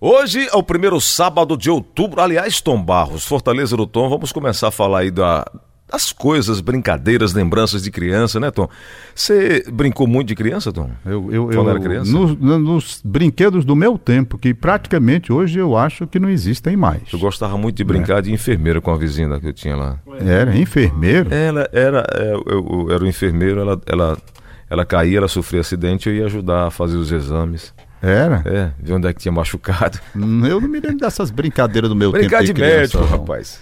Hoje é o primeiro sábado de outubro. Aliás, Tom Barros, Fortaleza do Tom, vamos começar a falar aí da, das coisas, brincadeiras, lembranças de criança, né, Tom? Você brincou muito de criança, Tom? Eu, eu, Quando eu- era criança? Nos, na- nos brinquedos do meu tempo, que praticamente hoje eu acho que não existem mais. Eu gostava muito de brincar de enfermeira com a vizinha que eu tinha lá. Era enfermeiro. Ela era, é, eu, eu era o enfermeiro, ela, ela, ela caía, ela sofria acidente, eu ia ajudar a fazer os exames. Era. É, ver onde é que tinha machucado. Hum, Eu não me lembro dessas brincadeiras do meu Brincar tempo. de criança, Ah. médico, não. rapaz.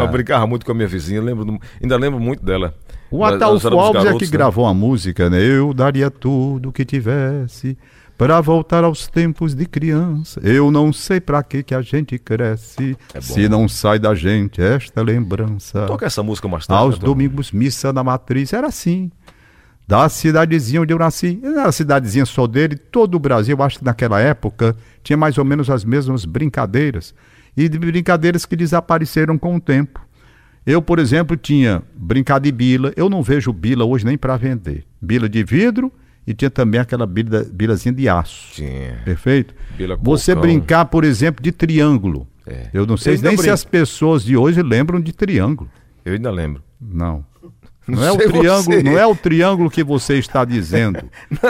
Eu brincava muito com a minha vizinha, lembro, do- ainda lembro muito dela. O Nós- nós Adalfo éramos Alves é garotos, que né? gravou a música, né? Eu daria tudo que tivesse para voltar aos tempos de criança. Eu não sei para que que a gente cresce se não sai da gente esta lembrança. É Toca essa música mais tarde. Aos né, Tom? domingos, missa na matriz. Era assim. Da cidadezinha onde eu nasci. Não era a cidadezinha só dele, todo o Brasil, eu acho que naquela época, tinha mais ou menos as mesmas brincadeiras. E de brincadeiras que desapareceram com o tempo. Eu, por exemplo, tinha brincar de bila. Eu não vejo bila hoje nem para vender. Bila de vidro e tinha também aquela bila, bilazinha de aço. Tinha. Perfeito? Bila Você Colcão. brincar, por exemplo, de triângulo. É. Eu não sei Eu ainda nem se brinco. as pessoas de hoje lembram de triângulo. Eu ainda lembro. Não. Não Não, é o sei triângulo, você. não é o triângulo que você está dizendo,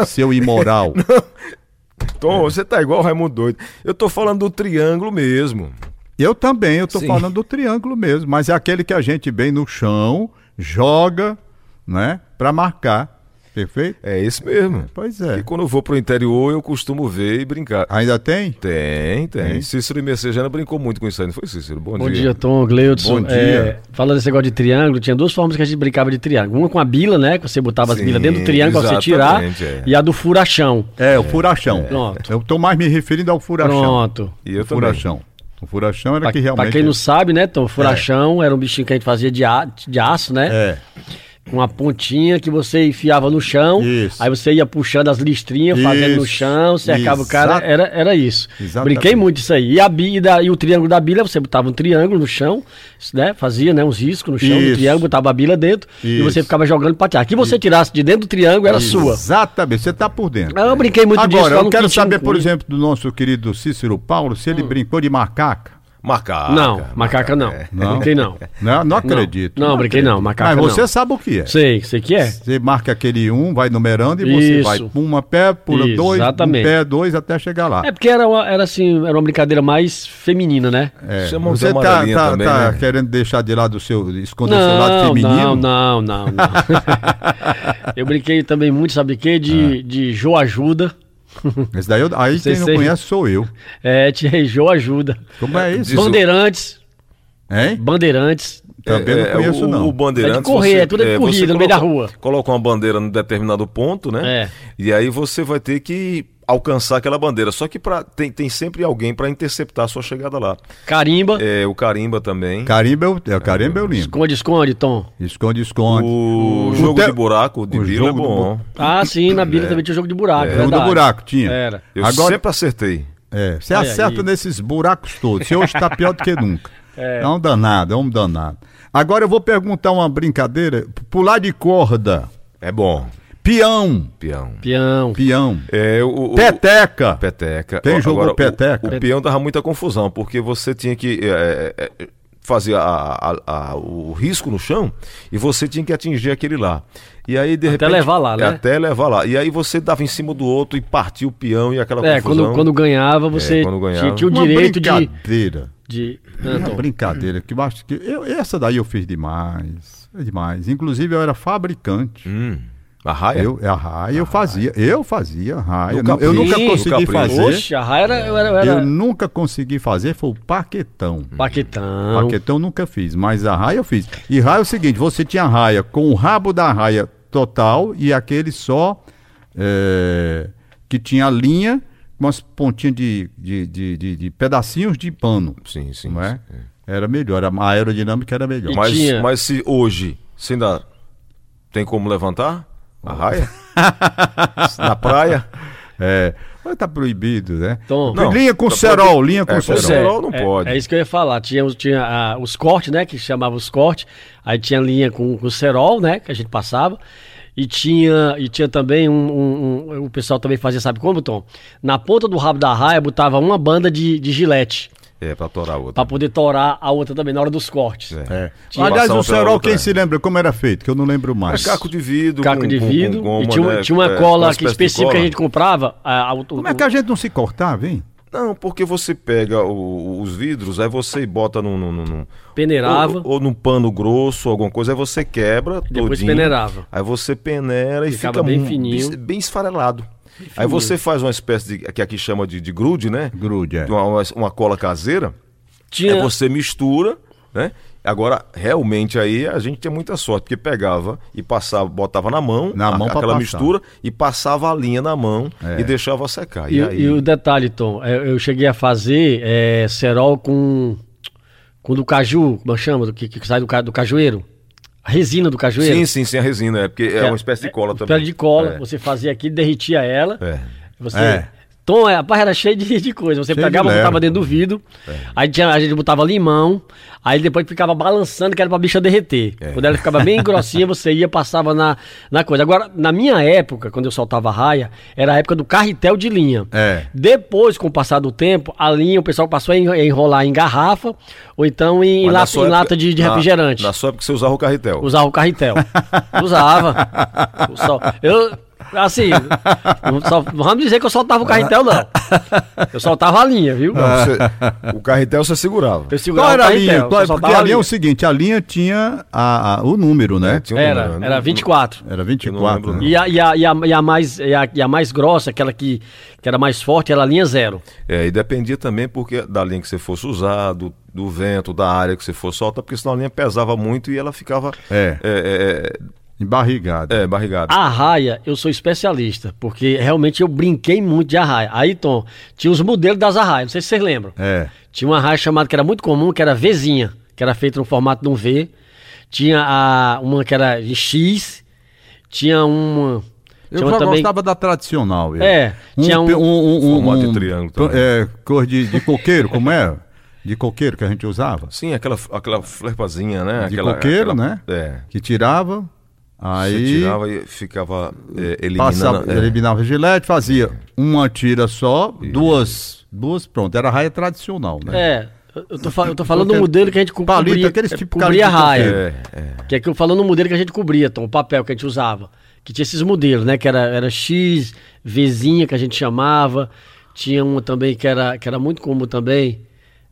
seu imoral. É. Tom, você tá igual o Raimundo doido. Eu tô falando do triângulo mesmo. Eu também, eu estou Sim. falando do triângulo mesmo, mas é aquele que a gente vem no chão, joga, né, para marcar. Perfeito? É isso mesmo. Pois é. E quando eu vou pro interior, eu costumo ver e brincar. Ah, Ainda tem? Tem, tem. Tem? Cícero e Messejana brincou muito com isso aí, não foi, Cícero? Bom, Bom dia, Tom, Gleudson. Bom dia. É, falando desse negócio de triângulo, tinha duas formas que a gente brincava de triângulo. Uma com a bila, né? Que você botava as Sim, bilas dentro do triângulo pra você tirar. exatamente, é. E a do furachão. É, o furachão. Pronto. Eu estou mais me referindo ao furachão. Pronto. E eu o também. furachão. O furachão era Pra, que realmente é. pra quem não sabe, né, Tom? Furachão era um bichinho que a gente fazia de, a- de aço, né? É. Com uma pontinha que você enfiava no chão. Isso. Aí você ia puxando as listrinhas, fazendo no Isso. chão, cercava o cara. Exato. Era, era isso. Exatamente. Brinquei muito isso aí. E, a bi- e da- e o triângulo da bila, você botava um triângulo no chão, né? Fazia né, uns riscos no chão do Isso. triângulo, botava a bila dentro e Isso. você ficava jogando pra tirar. Que você tirasse de dentro do triângulo era sua. É, Ah, Exatamente, você está por dentro. Eu brinquei muito disso. Agora, lá eu no quero Quintinho saber, por Cunha. exemplo, do nosso querido Cícero Paulo, se Hum. ele brincou de macaca. É. Macaca. É, Não, macaca não. Não? Brinquei não. Não, não acredito. Não, brinquei não, acredito. macaca Mas você não. sabe o que é. Sei, sei que é. Você marca aquele um, vai numerando e você Isso. vai uma pé, pula dois, um Exatamente. pé, dois, até chegar lá. É porque era, uma- era assim, era uma brincadeira mais feminina, né? É, Chamam de Você tá, amarelinha tá- também, tá né? querendo deixar de lado o seu, esconder o seu lado feminino? não, não, não, não. eu brinquei também muito, sabe o quê? Ah. De, de Jo Ajuda. Esse daí, eu- aí Sei, quem não sei. conhece sou eu. É, tia Jo Ajuda. Como é isso? Diz o- Bandeirantes, Hein? Bandeirantes. Também não É, conheço, o, não. O bandeirantes, É de correr, é tudo de você corrida, no meio coloca- da rua. Coloca uma bandeira num determinado ponto, né? É. E aí você vai ter que alcançar aquela bandeira. Só que pra, tem, tem sempre alguém para interceptar a sua chegada lá. Carimba. É, o carimba também. Carimba eu, é, carimba eu limpo. Esconde, esconde, Tom. Esconde, esconde. O, O jogo te- de buraco de o Bila é jogo do bom. bu- Ah, sim, na Bíblia também tinha jogo de buraco. É. Jogo do verdade. buraco tinha. Era. Eu Agora- sempre acertei. É, você Olha acerta aí. nesses buracos todos. Você hoje está pior do que nunca. É. um danado, é um danado. Agora eu vou perguntar uma brincadeira. Pular de corda. É bom, Peão. peão. Peão. Peão. É, o, o- Peteca. Peteca. Quem Ó, jogou agora, o- peteca? O, peão dava muita confusão, porque você tinha que é, é, é, fazer a- a- a- o risco no chão e você tinha que atingir aquele lá. E aí, de Até repente. levar lá, né? É, Até levar lá. E aí você dava em cima do outro e partia o peão e aquela É, confusão. quando, quando ganhava, você É, quando ganhava. tinha- tinha o Uma direito de. brincadeira. de... Ah, Uma Tom. brincadeira que eu acho que. eu- essa daí eu fiz demais. É demais. Inclusive eu era fabricante. Hum, a raia? Eu, a raia eu fazia. Eu fazia raia. No Eu, eu nunca capricho. consegui No capricho. fazer. Oxe, a raia era. era, era... Eu nunca consegui fazer. Foi o paquetão. Ah, Paquetão. Paquetão eu nunca fiz, mas a raia eu fiz. E raia é o seguinte: você tinha raia com o rabo da raia total e aquele só é, que tinha a linha com as pontinhas de, de, de, de- de pedacinhos de pano. Sim, sim. não é? sim, é. Era melhor, a a aerodinâmica era melhor. E Mas, tinha- mas se hoje, você ainda tem como levantar a raia? Na praia? É, mas tá proibido, né? Tom. Não, linha com tá cerol, proibido. linha com É, com cerol. cerol. não é, pode. É isso que eu ia falar. Tinha, os- tinha ah, os cortes, né? Que chamava os cortes. Aí tinha linha com, com cerol, né? Que a gente passava. E tinha, e tinha também um, um- um- O pessoal também fazia, sabe como, Tom? Na ponta do rabo da raia botava uma banda de, de gilete. É, pra torar outra. Pra poder torar a outra também, na hora dos cortes. É. Tinha Aliás, passar o uma pela cerol, outra, quem é. se lembra como era feito? Que eu não lembro mais. caco de vidro, Caco com- de com- com vidro. goma, e tinha, uma- né? tinha uma É, cola uma que espécie de específica que a cola. gente comprava. ah, A, a, o- Como é que a gente não se cortava, hein? Não, porque você pega o- os vidros, aí você bota num. num- num- num- Peneirava. Ou, ou num pano grosso, alguma coisa, aí você quebra. depois todinho, peneirava. Aí você peneira e Ficava fica bem mu- fininho. Bem, bem esfarelado. Aí você faz uma espécie de. que aqui chama de, de grude, né? Grude, é. Uma, uma- uma cola caseira. Tinha- Aí É você mistura, né? Agora, realmente aí a gente tinha muita sorte, porque pegava e passava, botava na mão, Na mão pra aquela passar. mistura, e passava a linha na mão É. e deixava secar. E, E, aí. e o detalhe, Tom, é, eu, cheguei a fazer é, cerol com, com do caju, como chama, do, que, que sai do, ca- do cajueiro. A resina do cajueiro. Sim, sim, sim, a resina, é porque é, uma espécie de cola é, também. Espécie de cola, É. você fazia aqui, derretia ela. É. Você, É. Tom, é, a barra era cheia de, de coisa. Você Cheio pegava, de lero. botava dentro do vidro, É. aí tinha- a gente botava limão, aí depois ficava balançando, que era pra bicha derreter. É. Quando ela ficava bem grossinha, você ia, passava na, na coisa. Agora, na minha época, quando eu soltava a raia, era a época do carretel de linha. É. Depois, com o passar do tempo, a linha, o pessoal passou a en- a enrolar em garrafa, ou então em, Mas na lata, sua em época- lata de, de na- refrigerante. Na sua época você usava o carretel. Usava o carretel. Usava. Eu Só, eu, assim, não, só- não vamos dizer que eu soltava o carretel, não. Eu soltava a linha, viu? Você- Ah. o carretel você segurava. Eu segurava Ah. Qual era o tá a carretel. linha? eu Qual- soltava porque a linha é linha. o seguinte, a linha tinha a- a- o número, né? tinha um Era, número, né? era 24. Era Eu não lembro, 24. não. Né? E a, e, a, e, a, e a mais, e, a, e a mais grossa, aquela que, que era mais forte, era a linha zero. É, e dependia também porque da linha que você fosse usar, do, do vento, da área que você fosse soltar, porque senão a linha pesava muito e ela ficava É. é, Embarrigada. é, é, é, barrigada. A raia, eu sou especialista, porque realmente eu brinquei muito de arraia. Aí, Tom, tinha os modelos das arraias, não sei se vocês lembram. É. Tinha uma raia chamada que era muito comum, que era Vzinha, que era feita no formato de um V. Tinha a, uma que era de X. Tinha uma. Eu Tinha uma já também. gostava da tradicional. eu. É, Um, tinha um- pe- um, um, um- Formato de um- triângulo pro- também. É, cor de, de coqueiro, como é? De coqueiro que a gente usava. Sim, aquela, aquela flerpazinha, né? De aquela, coqueiro, aquela- né? É. Que tirava, aí Você tirava e ficava é, eliminando. passava, é. eliminava gilete, fazia uma tira só, duas, duas, pronto. Era a raia tradicional, né? É, eu- eu tô, fa- eu tô falando do Aquele modelo que a gente co- palito, cobria, aqueles é, tipo cobria a palito de raia. É, é. Que é que eu falando do modelo que a gente cobria, Tom, o papel que a gente usava. Que tinha esses modelos, né? Que era, era X, Vzinha, que a gente chamava. Tinha uma também que era, que era muito comum também.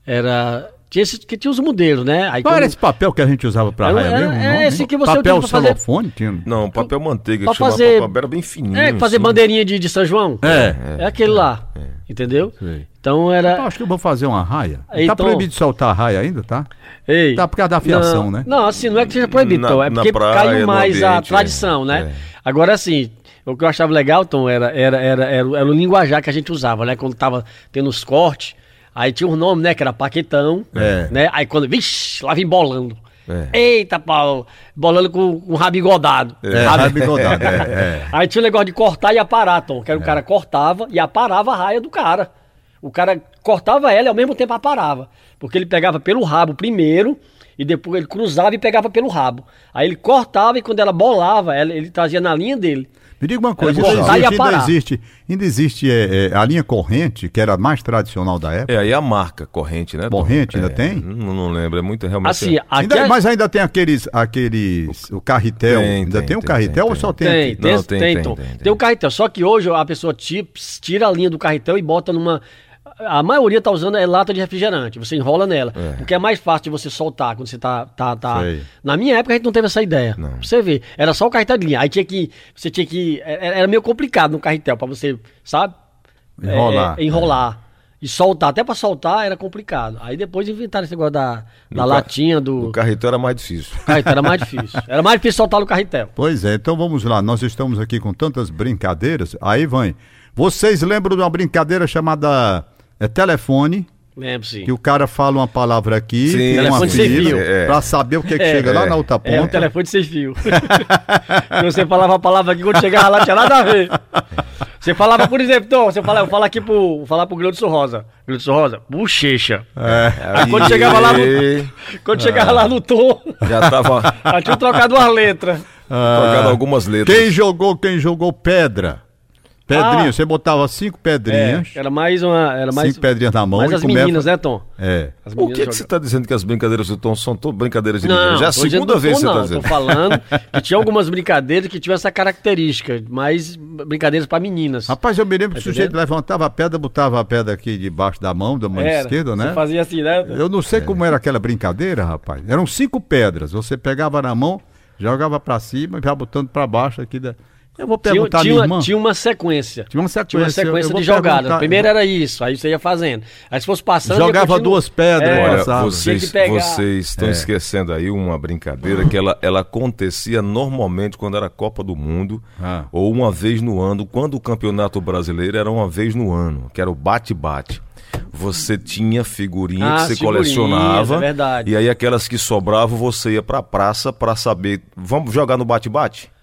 Era. Tinha esses, que tinha os modelos, né? Aí Qual quando- era esse papel que a gente usava pra Era- raia era- mesmo? é Não, esse hein? que você papel utiliza pra fazer- celofone, tinha. Não, papel manteiga, Pra que chamava fazer- papel, era bem fininho. É, fazer assim. bandeirinha de, de São João. É. É aquele lá. Entendeu? Sei. Então Eu era. acho que eu vou fazer uma raia. Aí, tá Tom. proibido de soltar a raia ainda, tá? Ei, Tá por causa da fiação, não, né? Não, assim, não é que seja proibido, Na- Tom. É na porque praia, caiu no mais a ambiente, é. tradição, né? Agora, assim, o que eu achava legal, Tom, era, era, era, era, o- era o linguajar que a gente usava, né? Quando tava tendo os cortes, aí tinha um nome, né? Que era Paquetão. É. Né? Aí quando. Vixe, lá vem bolando. É. Eita, Paulo, bolando com um rabo engodado. É, raia bigodada, é, é. Aí tinha o negócio de cortar e aparar, Tom. Que era o cara cortava e aparava a raia do cara. O cara cortava ela e ao mesmo tempo aparava. Porque ele pegava pelo rabo primeiro e depois ele cruzava e pegava pelo rabo. Aí ele cortava e quando ela bolava, ela- ele trazia na linha dele. Me diga uma coisa, Era isso cortar e existe, ainda aparar. existe, ainda existe é, é, a linha corrente, que era a mais tradicional da época. É, aí a marca corrente, né? Tom? Corrente ainda É, tem? Não, não lembro, é muito realmente. Assim, aqui Ainda- a- Mas ainda tem aqueles, aqueles o carretel, Tem, ainda tem, tem, o tem, carretel tem, ou tem. só tem, Tem, tem, aqui? Não, tem, tem, tem, tem, Tom. tem, tem. Tem o carretel. Só que hoje a pessoa ti- tira a linha do carretel e bota numa. A maioria tá usando é lata de refrigerante. Você enrola nela. Porque é mais fácil de você soltar quando você tá. tá, tá... Sei. Na minha época a gente não teve essa ideia. Pra você ver. Era só o carretel de linha. Aí tinha que. Você tinha que. é, Era era meio complicado no carretel pra você, sabe? É, Enrolar. é, enrolar. E soltar. Até pra soltar era complicado. Aí depois inventaram esse negócio da, da ca- latinha, do. O carretel era mais difícil. Carretel era mais difícil. Era mais difícil soltar no carretel. Pois é, então vamos lá. Nós estamos aqui com tantas brincadeiras. Aí vai. Vocês lembram de uma brincadeira chamada é, telefone? Lembro-se. Que o cara fala uma palavra aqui, Sim, tem um telefone sem apelido, fio. É. pra saber o que, que É, chega lá é. na outra É, o ponta. telefone sem fio. E você falava a palavra aqui, quando chegava lá, não tinha nada a ver. Você falava, por exemplo, então, você falava, eu falo aqui pro, falar pro Gleudson Rosa. Gleudson Rosa, bochecha. É. Aí Ah, quando chegava lá no, E- quando chegava lá no tom, Já tava. já tinha trocado umas letras. Trocaram algumas letras. Quem jogou, quem jogou pedra? Pedrinha, Ah. É, você botava cinco pedrinhas, Era mais uma. Era mais, cinco pedrinhas na mão mais e as começa- meninas, né, Tom? É. As O que, meninas que você jogavam. está dizendo que as brincadeiras do Tom são todas brincadeiras de Não, menino? Já é a tô dizendo segunda do vez que você Tom, está não, dizendo. Tô falando que tinha algumas brincadeiras que tinham essa característica, mas brincadeiras pra meninas. Rapaz, eu me lembro que o Tá sujeito entendendo? levantava a pedra, botava a pedra aqui debaixo da mão, da mão Era. esquerda, né? Você fazia assim, né? Tom? Eu não sei como era aquela brincadeira, rapaz. Eram cinco pedras. Você pegava na mão, jogava pra cima e já botando pra baixo aqui. Da... Eu vou Tinha, um- perguntar à tinha minha uma- tá irmã. tinha uma sequência. Tinha uma Tinha uma sequência, eu- eu sequência vou de jogadas. perguntar- Primeiro era isso, aí você ia fazendo. Aí se fosse passando. ia Jogava continuando. duas pedras. É, Olha, passava. vocês, Tem que pegar. vocês estão esquecendo aí uma brincadeira que ela, ela acontecia normalmente quando era Copa do Mundo Ah. ou uma vez no ano, quando o Campeonato Brasileiro era uma vez no ano, que era o bate-bate. Você tinha figurinha Ah, que você figurinhas, colecionava é verdade. e aí aquelas que sobravam você ia pra praça pra saber, vamos jogar no bate-bate?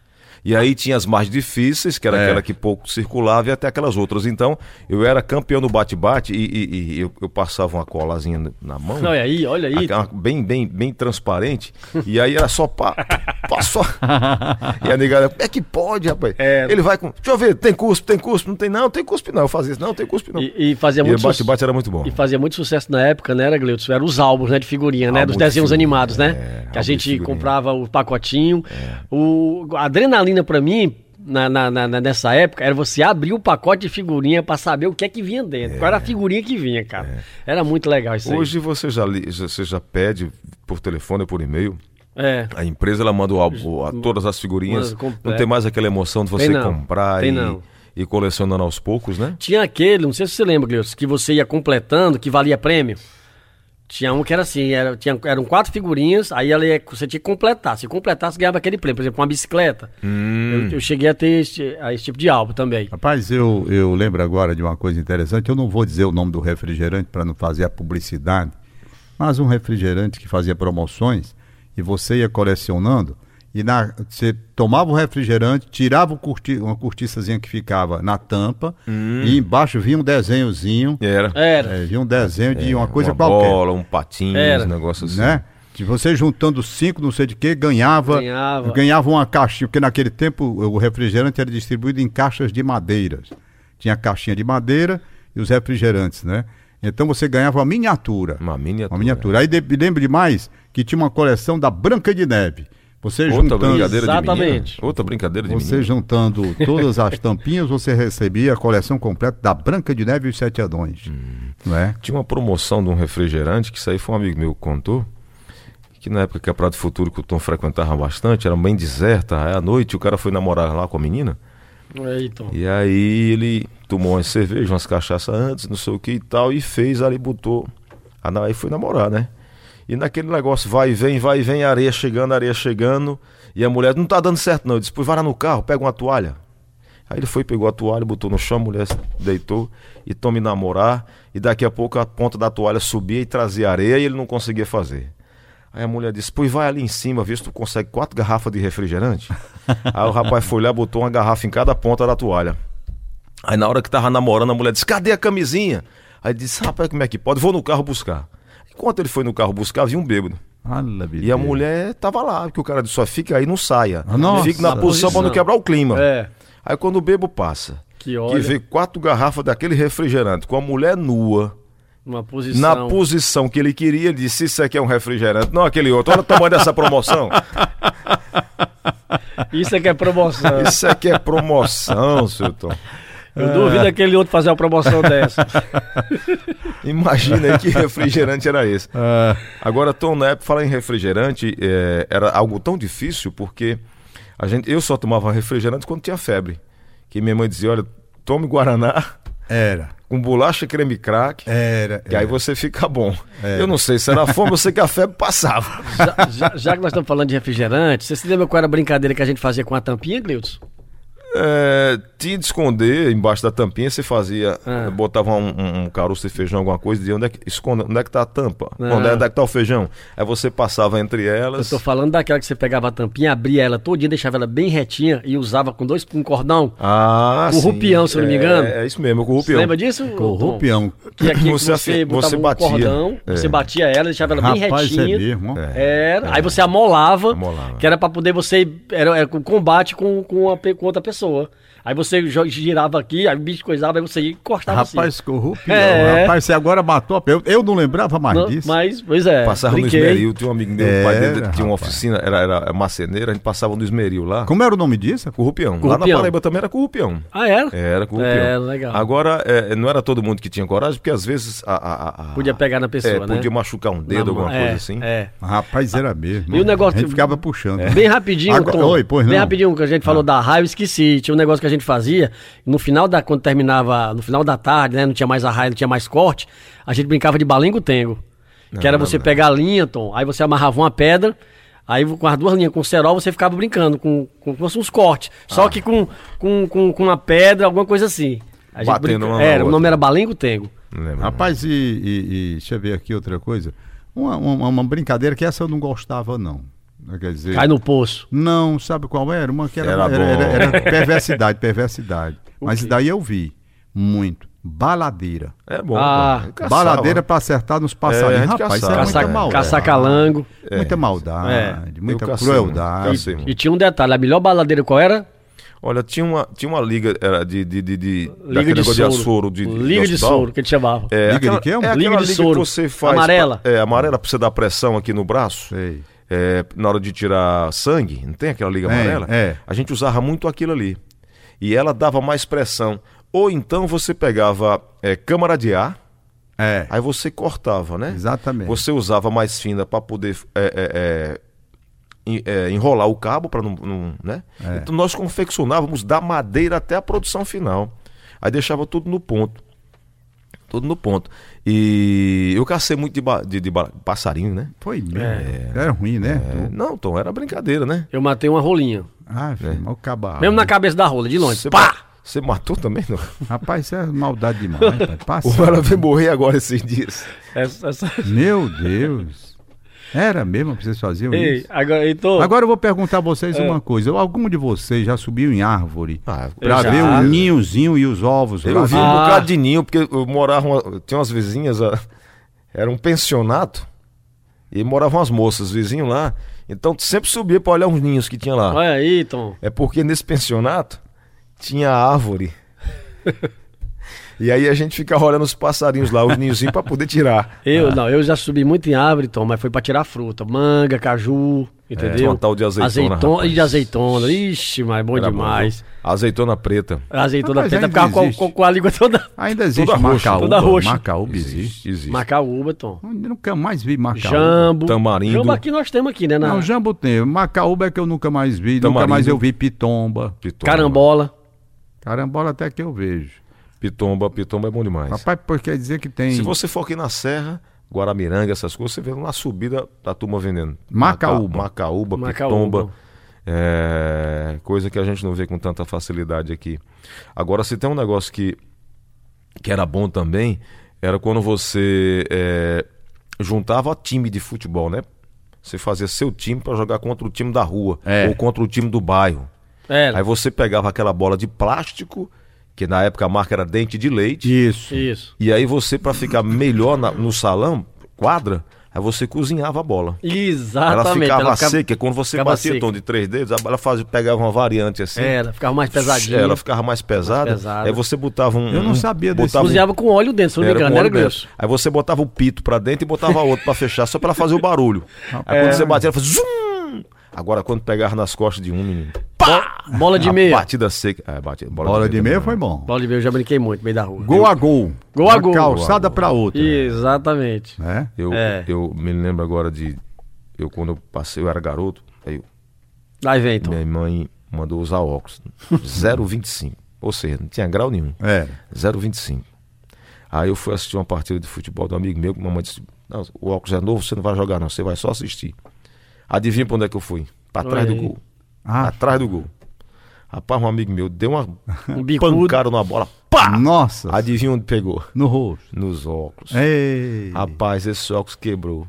E aí tinha as mais difíceis, que era É. aquela que pouco circulava, e até aquelas outras. Então, eu era campeão no bate-bate e, e- e eu, eu passava uma colazinha na mão. Olha aí, olha aí. Aquela bem, bem, bem transparente. E aí era só pá, pá, só. E a negada, como é que pode, rapaz? É. Ele vai com. Deixa eu ver, tem cuspe, tem cuspe, não tem não, tem cuspe não. Eu fazia isso, não, tem cuspe não. E, e fazia E muito bate, suce- bate era muito bom. E fazia muito sucesso na época, né, era Gleutos? Eram os álbuns, né, de figurinha, né? Álbum Dos de desenhos figurinha, animados, Ah, é, né? que álbum a de gente figurinha. É. comprava o pacotinho. O, a adrenalina pra mim, na, na- na- na- nessa época, era você abrir o pacote de figurinha pra saber o que é que vinha dentro. Qual era a figurinha que vinha, cara. Era muito legal isso É. Hoje você já, li- já- você já pede por telefone ou por e-mail. aí. É. A empresa ela manda o álbum, a- todas as figurinhas. Manda completo. Não tem mais aquela emoção de você Tem não, comprar tem e, não. e colecionando aos poucos, né? Tinha aquele, não sei se você lembra, Gleus, que você ia completando, que valia prêmio. Tinha um que era assim, era, tinha, eram quatro figurinhas, aí ela ia- você tinha que completar. Se completasse, ganhava aquele prêmio. Por exemplo, uma bicicleta. Eu, eu cheguei a ter esse, a esse tipo de álbum também. Rapaz, eu, eu lembro agora de uma coisa interessante. Eu não vou dizer o nome do refrigerante para não fazer a publicidade, mas um refrigerante que fazia promoções e você ia colecionando e na, você tomava o refrigerante, tirava o curti, uma cortiçazinha que ficava na tampa e embaixo vinha um desenhozinho, Era. Era. é, vinha um desenho de uma coisa uma qualquer, bola, um patinho, Era. um negócio assim. né? Que você juntando cinco, não sei de que, ganhava, Ganhava. ganhava uma caixa, porque naquele tempo o refrigerante era distribuído em caixas de madeiras. Tinha a caixinha de madeira e os refrigerantes, né? Então você ganhava uma miniatura. Uma miniatura. Uma miniatura. Aí de, lembro demais que tinha uma coleção da Branca de Neve. Você Outra juntando, brincadeira de menina. Exatamente. Outra brincadeira de você menina. juntando todas as tampinhas, você recebia a coleção completa da Branca de Neve e os Sete Adões. Hum. Não é? Tinha uma promoção de um refrigerante, que isso aí foi um amigo meu que contou, que na época que a Praia do Futuro, que o Tom frequentava bastante, era bem deserta, aí à noite o cara foi namorar lá com a menina, Aí, Tom. e aí ele tomou umas cervejas, umas cachaças antes, não sei o que e tal, e fez ali, botou, Ah, não, aí foi namorar, né? E naquele negócio, vai e vem, vai e vem, areia chegando, areia chegando, e a mulher, não tá dando certo não, eu disse, pô, vai lá no carro, pega uma toalha, Aí ele foi, pegou a toalha, botou no chão, a mulher se deitou e tome namorar. E daqui a pouco a ponta da toalha subia e trazia areia e ele não conseguia fazer. Aí a mulher disse: Pois vai ali em cima, vê se tu consegue quatro garrafas de refrigerante. Aí o rapaz foi lá, botou uma garrafa em cada ponta da toalha. Aí na hora que tava namorando, a mulher disse: Cadê a camisinha? Aí disse: Rapaz, como é que pode? Vou no carro buscar. Enquanto ele foi no carro buscar, vi um bêbado. E a mulher tava lá, porque o cara disse: Só fica aí, não saia. Ah, nossa. Fica na posição pra não Posição. quebrar o clima. É. Aí quando o bebo passa, Que olha. vê quatro garrafas daquele refrigerante com a mulher nua, Uma posição. na posição que ele queria, ele disse: Isso aqui é um refrigerante, não aquele outro. Olha o tamanho dessa promoção. Isso é que é promoção. Isso aqui é promoção, seu Tom. Eu duvido aquele outro fazer uma promoção dessa. Imagina aí que refrigerante era esse. Agora, Tom, na época, falar em refrigerante é, era algo tão difícil porque a gente, eu só tomava refrigerante quando tinha febre. Que minha mãe dizia: Olha, tome Guaraná Era. com bolacha creme crack. Era. Que aí você fica bom. Eu não sei se era fome, eu sei que a febre passava. já, já- já que nós estamos falando de refrigerante, você se lembra qual era a brincadeira que a gente fazia com a tampinha, Gleutos? É, tinha de esconder embaixo da tampinha, você fazia, Ah. botava um, um, um caroço de feijão, alguma coisa, dizia onde é que, esconde, onde é que tá a tampa? Ah. Onde, é, onde é que tá o feijão? Aí você passava entre Eu elas. tô falando daquela que você pegava a tampinha, abria ela todinha, deixava ela bem retinha e usava com dois com um cordão. Ah, Com o sim. rupião, se eu não me É, engano. É, isso mesmo, com o Você rupião. lembra disso? Com o Tom? rupião. Que aqui Você você, afi- botava você um batia. cordão, É. você batia ela, deixava ela bem Rapaz, retinha. é mesmo. ó. Era, aí você amolava, Amolava. que era pra poder você. Era, era com combate com, com, a pe- com outra pessoa. Aí você jo- girava aqui, aí o bicho coisava, aí você ia e cortava Rapaz, assim. com o rupião. É. Rapaz, você agora matou a... pe- Eu, eu não lembrava mais Não, disso. mas, pois é. Passava brinquei. no esmeril, tinha um amigo meu, o pai dele Era, tinha uma rapaz. oficina, era, era marceneiro, a gente passava no esmeril lá. Como era o nome disso? Com o rupião. Com o lá rupião. na Paraíba também era com o rupião. Ah, era? Era com o rupião. É, legal. Agora, é, não era todo mundo que tinha coragem, porque às vezes. A, a- a- a- Podia pegar na pessoa, é, né? Podia machucar um Na dedo, mão, alguma é, coisa assim. É. Rapaz, era mesmo. E o negócio- É. A gente ficava puxando. É. Bem rapidinho, Agora- Tom. Oi, pois bem não. rapidinho, que a gente falou Ah. da raia, eu esqueci. Tinha um negócio que a gente fazia, no final da, quando terminava, no final da tarde, né, não tinha mais a raia, não tinha mais corte, a gente brincava de balengo-tengo, que era não, você não. pegar a linha, Tom, aí você amarrava uma pedra, aí com as duas linhas, com o cerol, você ficava brincando, com, com, com uns cortes, Ah. só que com, com, com, com uma pedra, alguma coisa assim. A gente Batendo brinca- uma na Era, o outra. nome era balengo-tengo. Não lembro, não. Rapaz, e, e- e deixa eu ver aqui outra coisa. Uma, uma- uma brincadeira que essa eu não gostava, não. Quer dizer. Cai no poço. Não, sabe qual era? Uma que era, Era era, bom. era- era perversidade, perversidade. Mas quê? daí eu vi muito. Baladeira. É bom. Ah, cara. Caçava. né? Baladeira pra acertar nos É, a passarinhos. gente Rapaz, isso caçava. era Caça, muita Caça- maldade. É. caçar calango. Muita maldade, muita crueldade. Cacei, mano. E tinha um detalhe, a melhor baladeira qual era? Olha, tinha uma, tinha uma liga era de, de, de, de Liga daquele de negócio soro. açoro de, de Liga de hospital. soro, que a gente chamava. É, Liga de aquela, quê? É Liga aquela de liga, soro. que você faz. Amarela. pra- é, amarela pra você dar pressão aqui no braço. Sei. É, na hora de tirar sangue, não tem aquela liga Tem, amarela? é. A gente usava muito aquilo ali. E ela dava mais pressão. Ou então você pegava é, câmara de ar, É. aí você cortava, né? Exatamente. Você usava mais fina pra poder é, é, é, en- é, enrolar o cabo para não, não- né? Então nós confeccionávamos da madeira até a produção final. Aí deixava tudo no ponto. Tudo no ponto. E eu cacei muito de, ba- de- de ba- passarinho, né? Foi mesmo. Era ruim, né? É, não, Tom, era brincadeira, né? Eu matei uma rolinha. Ah, filho, mal cabal. Mesmo na cabeça da rola, de longe. Você Pá! ma- Você matou também, não? Rapaz, isso é maldade demais, pai. Passa. O cara veio morrer agora esses dias. Essa- essa- Meu Deus. Era mesmo que vocês faziam Ei, É. isso? agora, então, Agora eu vou perguntar a vocês uma coisa. Algum de vocês já subiu em árvore Ah, pra já. ver o ninhozinho e os ovos? lá Eu vi um dentro? Ah. bocado de ninho, porque eu morava. Uma, tinha umas vizinhas, ah, era um pensionato, e moravam as moças, vizinho lá. Então sempre subia pra olhar uns ninhos que tinha lá. olha aí, Tom. É porque nesse pensionato tinha árvore. e aí a gente ficava olhando os passarinhos lá, os ninhozinhos, pra poder tirar. Eu, não, eu já subi muito em árvore, Tom, mas foi pra tirar fruta. Manga, caju, entendeu? tinha É, uma tal de azeitona, Azeitona, rapaz. e de azeitona. Ixi, mas bom Era bom, demais. viu? Azeitona preta. azeitona Rapaz, preta ainda ficava com, existe. com- com a língua toda. Ainda existe Toda roxa, macaúba. toda roxa. Macaúba existe. Existe. Macaúba, Tom. Eu Nunca mais vi macaúba. Jambo. Tamarindo. Jambo aqui nós temos aqui, né? Na Não, jambo tem. Macaúba é que eu nunca mais vi. Nunca Tamarindo. mais eu vi pitomba. Pitomba. Carambola. Carambola até que eu vejo. Pitomba, pitomba é bom demais. Rapaz, porque quer dizer que tem Se você for aqui na Serra, Guaramiranga, essas coisas, você vê na subida da turma vendendo. Maca- Macaúba. Macaúba, Macaúba. pitomba. é, coisa que a gente não vê com tanta facilidade aqui. Agora, se tem um negócio que, que era bom também, era quando você é, juntava time de futebol, né? Você fazia seu time pra jogar contra o time da rua É. ou contra o time do bairro. Era. Aí você pegava aquela bola de plástico, que na época a marca era dente de leite. isso. Isso. E aí você, pra ficar melhor na- no salão, quadra, aí você cozinhava a bola. Exatamente. ela ficava seca, quando você ficava batia o seca. tom de três dedos, a bola faz- pegava uma variante assim. Era, ficava mais pesadinha. Ela ficava mais pesada. Mais pesada. Aí você botava um. Eu não um- sabia desse- botava um- Cozinhava com óleo dentro, se não me era com engano, né? era óleo dentro. grosso. Aí você botava o pito pra dentro e botava outro pra fechar, só pra ela fazer o barulho. Aí é. quando você batia, ela fazia zum! Agora, quando pegava nas costas de um, menino. Bo- Bola de a meia. Batida seca. É, batida, Bola de meia também. foi bom. Bola de meia, eu já brinquei muito, meio da rua. Gol a gol. Gol a Uma gol. Gol Calçada a gol. pra outra. Exatamente. Né? Eu, É. eu me lembro agora de. Eu, quando eu passei, eu era garoto, aí eu- Lá vem, Tom. É. minha mãe mandou usar óculos. 0,25. Ou seja, não tinha grau nenhum. É. 0,25. Aí eu fui assistir uma partida de futebol do amigo meu, que mamãe disse: Não, o óculos é novo, você não vai jogar, não, você vai só assistir. Adivinha pra onde é que eu fui? Pra trás do aí. gol. Ah. Atrás do gol. Rapaz, um amigo meu deu uma Um bicudo. pancada numa bola. Ah, Pá! Nossa. Adivinha onde pegou? No rosto. Nos óculos. É. Ei. Rapaz, esse óculos quebrou.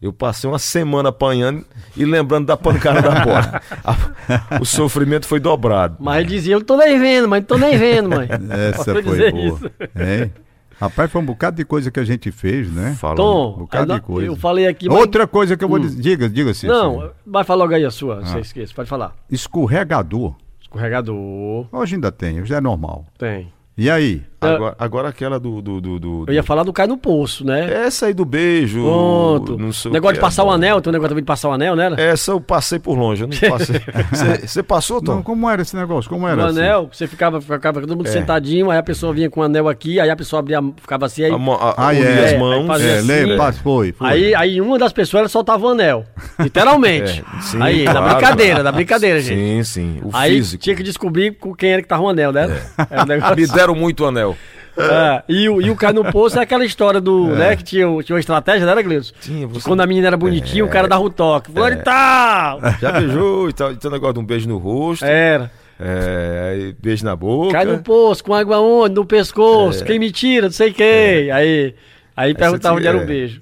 Eu passei uma semana apanhando e lembrando da pancada da bola. A- O sofrimento foi dobrado. Mas ele dizia, eu não tô nem vendo, mãe, não tô nem vendo, mãe. Essa foi Pode dizer boa. isso. Hein? Rapaz, foi um bocado de coisa que a gente fez, né? Falando. Um Tom, bocado aí de nó- coisa. eu falei aqui... mas- Outra coisa que eu vou dizer. Diga, diga sim. sim. Hum. Não, vai falar logo aí a Ah. sua, você esquece, pode falar. Escorregador. Escorregador, Hoje ainda tem, hoje é normal. tem. E aí? Agora, agora aquela do. do, do, do- Eu ia falar do cai no poço, É, né? Essa aí do beijo. Pronto. não sei o negócio que de passar é, o anel, tem um negócio também de passar o anel, né? Essa eu passei por longe, eu não passei. Você- Você passou, Tom? Não, como era esse negócio? Como O era? assim? anel, que você ficava, ficava todo mundo É. sentadinho, aí a pessoa vinha com o anel aqui, aí a pessoa abria, ficava assim, aí, A mão- a- Ah, unia é. as É, mãos. fazia É, assim. né? lembra? Foi, foi. aí, aí uma das pessoas ela soltava o anel. Literalmente. É, sim, aí, claro. na brincadeira, na brincadeira, gente. Sim, sim. O Aí físico. É. Ah, tinha que descobrir com quem era que tava o anel, né? Era um negócio- Me deram muito anel. É, e, o, e o cai no poço é aquela história do, né, que tinha, o- tinha uma estratégia, né, Gleison? Tinha, Que você- É. Quando a menina era bonitinha, o cara dava um toque. Fulano de tal! Já beijou e tal. Tem um negócio de um beijo no rosto. Era. É, aí beijo na boca. É. Cai no poço, com água onde? No pescoço. Quem me tira, não sei quem. Aí, aí perguntava você onde era é. o beijo.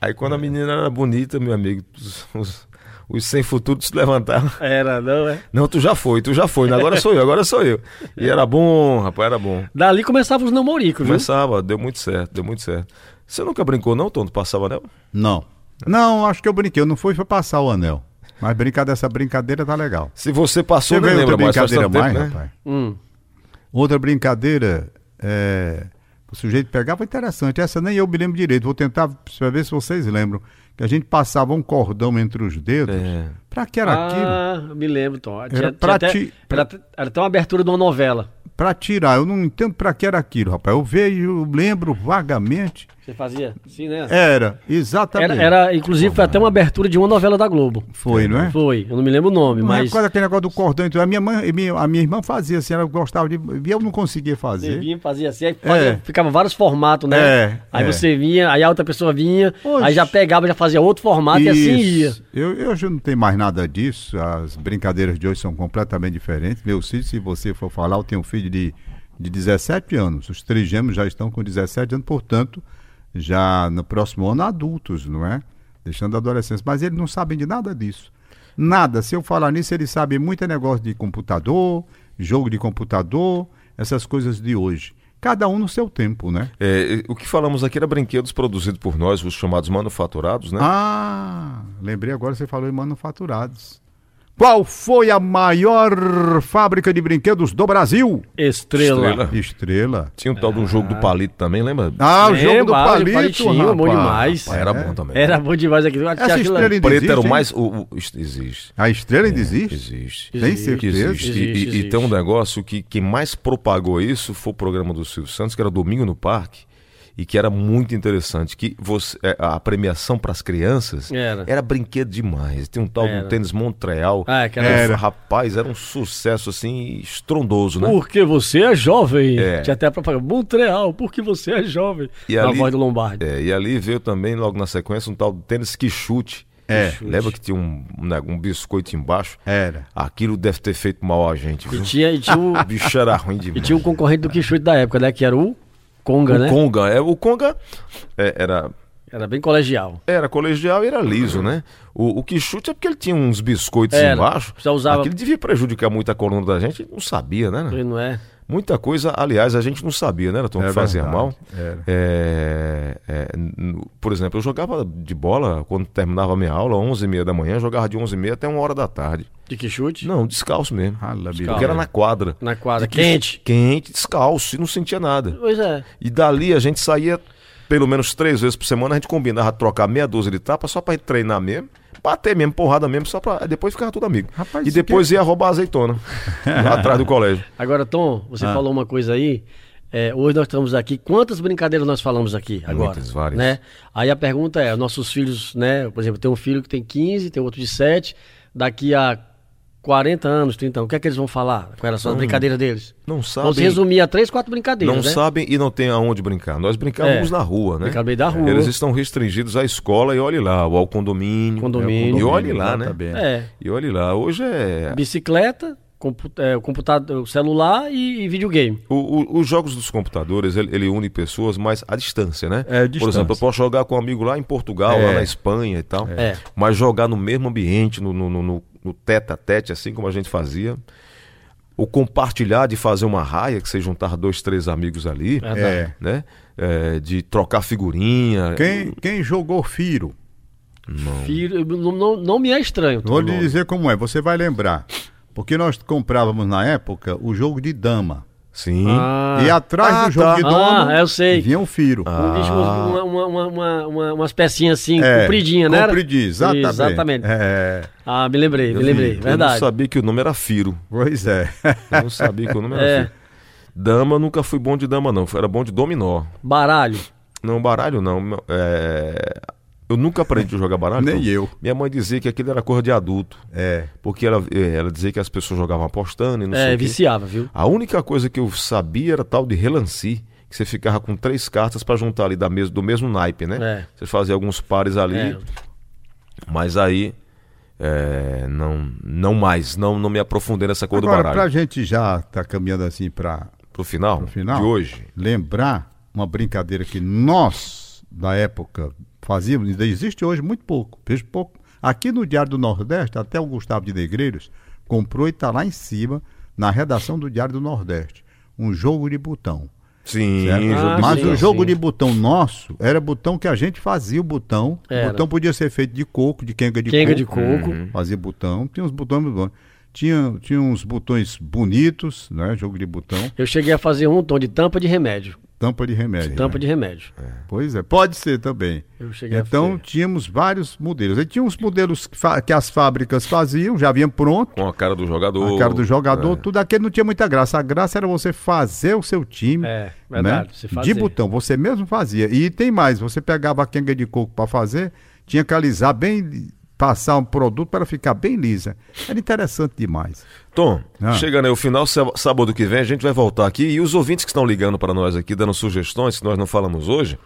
Aí quando a menina era bonita, meu amigo, os, os- os sem futuro se levantaram. Era, não é? Não, tu já foi, tu já foi. né? Agora sou eu, agora sou eu. E era bom, rapaz, era bom. Dali começavam os namoricos, viu? Começava, deu muito certo, deu muito certo. Você nunca brincou, não, Tom? Tu passava anel? Não. Não, acho que eu brinquei. Eu não fui pra passar o anel. Mas brincar dessa brincadeira tá legal. Se você passou, Você não vê outra lembra mais. faz brincadeira tanto mais, tempo, né? rapaz? Hum. Outra brincadeira é, o sujeito pegava interessante. Essa nem eu me lembro direito. Vou tentar pra ver se vocês lembram. Que a gente passava um cordão entre os dedos. É. Pra que era aquilo? ah, me lembro, Tom. Tinha- pra tinha até- ti- era, era até uma abertura de uma novela. Pra tirar. Eu não entendo pra que era aquilo, rapaz. Eu vejo, eu lembro vagamente. Você fazia assim, né? Era, Era, exatamente. era, inclusive, foi até uma abertura de uma novela da Globo. Foi, não é? Foi, eu não me lembro o nome, Não é mas. recorda aquele negócio do cordão. Então, a, minha mãe, a minha- a minha irmã fazia assim, ela gostava de. E eu não conseguia Você fazer. vinha, fazia assim, aí fazia- É. ficava vários formatos, né? É, aí é. você vinha, aí a outra pessoa vinha, Oxe. aí já pegava, já fazia outro formato e assim ia. Isso. Eu, eu já não tenho mais nada disso. As brincadeiras de hoje são completamente diferentes. Meu filho, se você for falar, eu tenho um filho de, de 17 anos. Os três gêmeos já estão com 17 anos, portanto, já no próximo ano adultos, não é? Deixando a adolescência. Mas eles não sabem de nada disso. Nada. Se eu falar nisso, eles sabem muito é negócio de computador, jogo de computador, essas coisas de hoje. Cada um no seu tempo, né? É, o que falamos aqui era brinquedos produzidos por nós, os chamados manufaturados, né? Ah, lembrei agora você falou em manufaturados. Qual foi a maior fábrica de brinquedos do Brasil? Estrela. Estrela. Estrela. Tinha um tal de um jogo do palito também, lembra? Ah, o É, jogo do mas o palito, palitinho, rapaz. bom demais. Rapaz, era é. bom também. Era bom demais aquilo. Essa estrela O ainda preto era o existe, mais. o- o- isto existe. hein? A estrela ainda existe? É, Existe. Tem Existe, certeza? Existe. E- Existe, e, e existe. tem um negócio que quem mais propagou isso foi o programa do Silvio Santos, que era Domingo no Parque, e que era muito interessante. Que você, é, a premiação para as crianças Era. brinquedo demais. Tem um tal de Era. um tênis Montreal. Ah, que era- Era. Rapaz, era um sucesso assim estrondoso, né? Porque você é jovem. É. Tinha até a propaganda. Montreal, porque você é jovem. E Na ali- voz do Lombardi. É, e ali veio também, logo na sequência, um tal de tênis que chute. É. Que chute. Lembra que tinha um, um, neg- um biscoito embaixo? Era. Aquilo deve ter feito mal a gente, É. viu? E tinha, e tinha o, O bicho era ruim demais. e tinha um o concorrente do Quixote da época, né? Que era o Conga, O né? Conga, é, o Conga é, era, Era bem colegial. era colegial e era liso, né? O, o que chute é porque ele tinha uns biscoitos Era. embaixo. Só usava- Aquilo devia prejudicar muito a coluna da gente, não sabia, né? né? Não é? Muita coisa, aliás, a gente não sabia, né, Tom, É que fazia verdade, mal. era. É, é, n- por exemplo, eu jogava de bola quando terminava a minha aula, 11h30 da manhã, eu jogava de 11h30 até 1 hora da tarde. De Quixote? Não, descalço mesmo. Rala, bicho. Porque era na quadra. Ah, Na quadra. De que- Quente. Quente, descalço, e não sentia nada. Pois é. E dali a gente saía pelo menos três vezes por semana, a gente combinava trocar meia dúzia de tapa só pra gente treinar mesmo, bater mesmo, porrada mesmo, só pra. Depois ficava tudo amigo. Rapaz, e isso é- depois ia roubar azeitona lá atrás do colégio. Agora, Tom, você Ah. falou uma coisa aí. É, hoje nós estamos aqui. Quantas brincadeiras nós falamos aqui agora? Muitas, várias. Né? Aí a pergunta é: nossos filhos, né? Por exemplo, tem um filho que tem 15, tem outro de 7. Daqui a 40 anos, 30 anos, o que é que eles vão falar? Qual era só a brincadeira deles? Não sabem. Vamos resumir a três, quatro brincadeiras. Não né? sabem e não tem aonde brincar. Nós brincávamos É. na rua, né? Brincava bem da rua. Eles estão restringidos à escola e olhe lá, ou ao condomínio. Condomínio. E olhe lá, né? Exatamente. É. E olhe lá. Hoje é. Bicicleta, compu- é, o computador, o celular e, e videogame. O- o- os jogos dos computadores, ele, ele une pessoas, mas à distância, né? É, Por distância. exemplo, eu posso jogar com um amigo lá em Portugal, É. lá na Espanha e tal. É. Mas jogar no mesmo ambiente, no, no, no- no- no tete a tete, assim como a gente fazia. O compartilhar de fazer uma raia, que você juntar dois, três amigos ali, É. né? É, de trocar figurinha. Quem, quem jogou Firo? Filho, eu- não, não- não me é estranho. Tá Tom, Vou lhe não. dizer como é, você vai lembrar. Porque nós comprávamos na época o jogo de dama. Sim. Ah. E atrás Ah, do jogo tá. de Ah, dama eu sei. vinha um Firo. Um bicho, Ah. uma- uma- uma- uma- uma- umas pecinhas assim, É, compridinha, né? É. Compridinha, exatamente. Exatamente. É, Ah, me lembrei, me lembrei. Eu não verdade. sabia que o nome era Firo. pois é. Eu não sabia que o nome era É. Firo. Dama, nunca fui bom de dama, não. Era bom de dominó. Baralho. Não, baralho não. Meu- é, Eu nunca aprendi a jogar baralho. Nem então. eu. Minha mãe dizia que aquilo era coisa de adulto. É. Porque ela, é, ela dizia que as pessoas jogavam apostando e não sei É, o quê. viciava, viu? A única coisa que eu sabia era tal de relance, que você ficava com três cartas pra juntar ali da mes- do mesmo naipe, né? É. Você fazia alguns pares ali. É. Mas aí. é, não, não mais. Não, não me aprofundei nessa cor do Agora, baralho. pra gente já tá caminhando assim pra Pro final? pro final. De hoje. Lembrar uma brincadeira que nós, da época, fazíamos, ainda existe hoje muito pouco. Vejo pouco. Aqui no Diário do Nordeste, até o Gustavo de Negreiros comprou e tá lá em cima, na redação do Diário do Nordeste. Um jogo de botão. Sim, certo? jogo Ah, de Mas sim, botão. o jogo sim. de botão nosso era botão que a gente fazia o botão. O Era. botão podia ser feito de coco, de quenga de Quenga coco. de coco. Uhum. Fazia botão. Tinha uns botões muito bons. Tinha, tinha uns botões bonitos, né? Jogo de botão. Eu cheguei a fazer um tom de tampa de remédio. Tampa de remédio. É. né? Tampa de remédio. Pois é, pode ser também. Eu cheguei a Então fazer. tínhamos vários modelos. E tinha uns modelos que, fa- que as fábricas faziam, já vinha pronto. Com a cara do jogador. A cara do jogador, É. tudo aquele não tinha muita graça. A graça era você fazer o seu time. né? É, verdade, você fazer. De botão, você mesmo fazia. E tem mais, você pegava a quenga de coco para fazer, tinha que alisar bem, passar um produto para ficar bem lisa. Era interessante demais. Tom, Ah. chegando aí o final, sá- sábado que vem a gente vai voltar aqui e os ouvintes que estão ligando para nós aqui, dando sugestões, que nós não falamos hoje,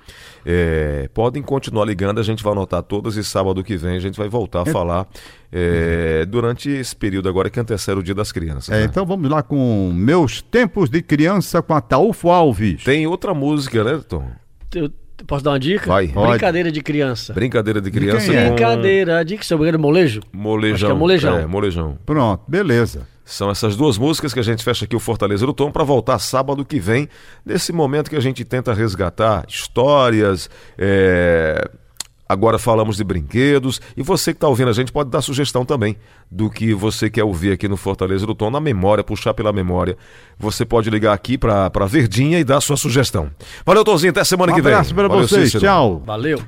é, podem continuar ligando, a gente vai anotar todas e sábado que vem a gente vai voltar a falar é, durante esse período agora que antecede o Dia das Crianças. É, né? então vamos lá com Meus Tempos de Criança com Ataúfo Alves. Tem outra música, né, Tom? Eu posso dar uma dica? Vai. Brincadeira de criança. Brincadeira de criança quem é? com Brincadeira de que seu banheiro molejo? molejão. Acho que é molejão. É, molejão. Pronto, beleza. São essas duas músicas que a gente fecha aqui o Fortaleza do Tom para voltar sábado que vem, nesse momento que a gente tenta resgatar histórias. é, Agora falamos de brinquedos. E você que está ouvindo a gente pode dar sugestão também do que você quer ouvir aqui no Fortaleza do Tom, na memória, puxar pela memória. Você pode ligar aqui para Verdinha e dar sua sugestão. Valeu, Tonzinho. Até semana Um que vem. abraço para Valeu, vocês. Cícero. Tchau. Valeu.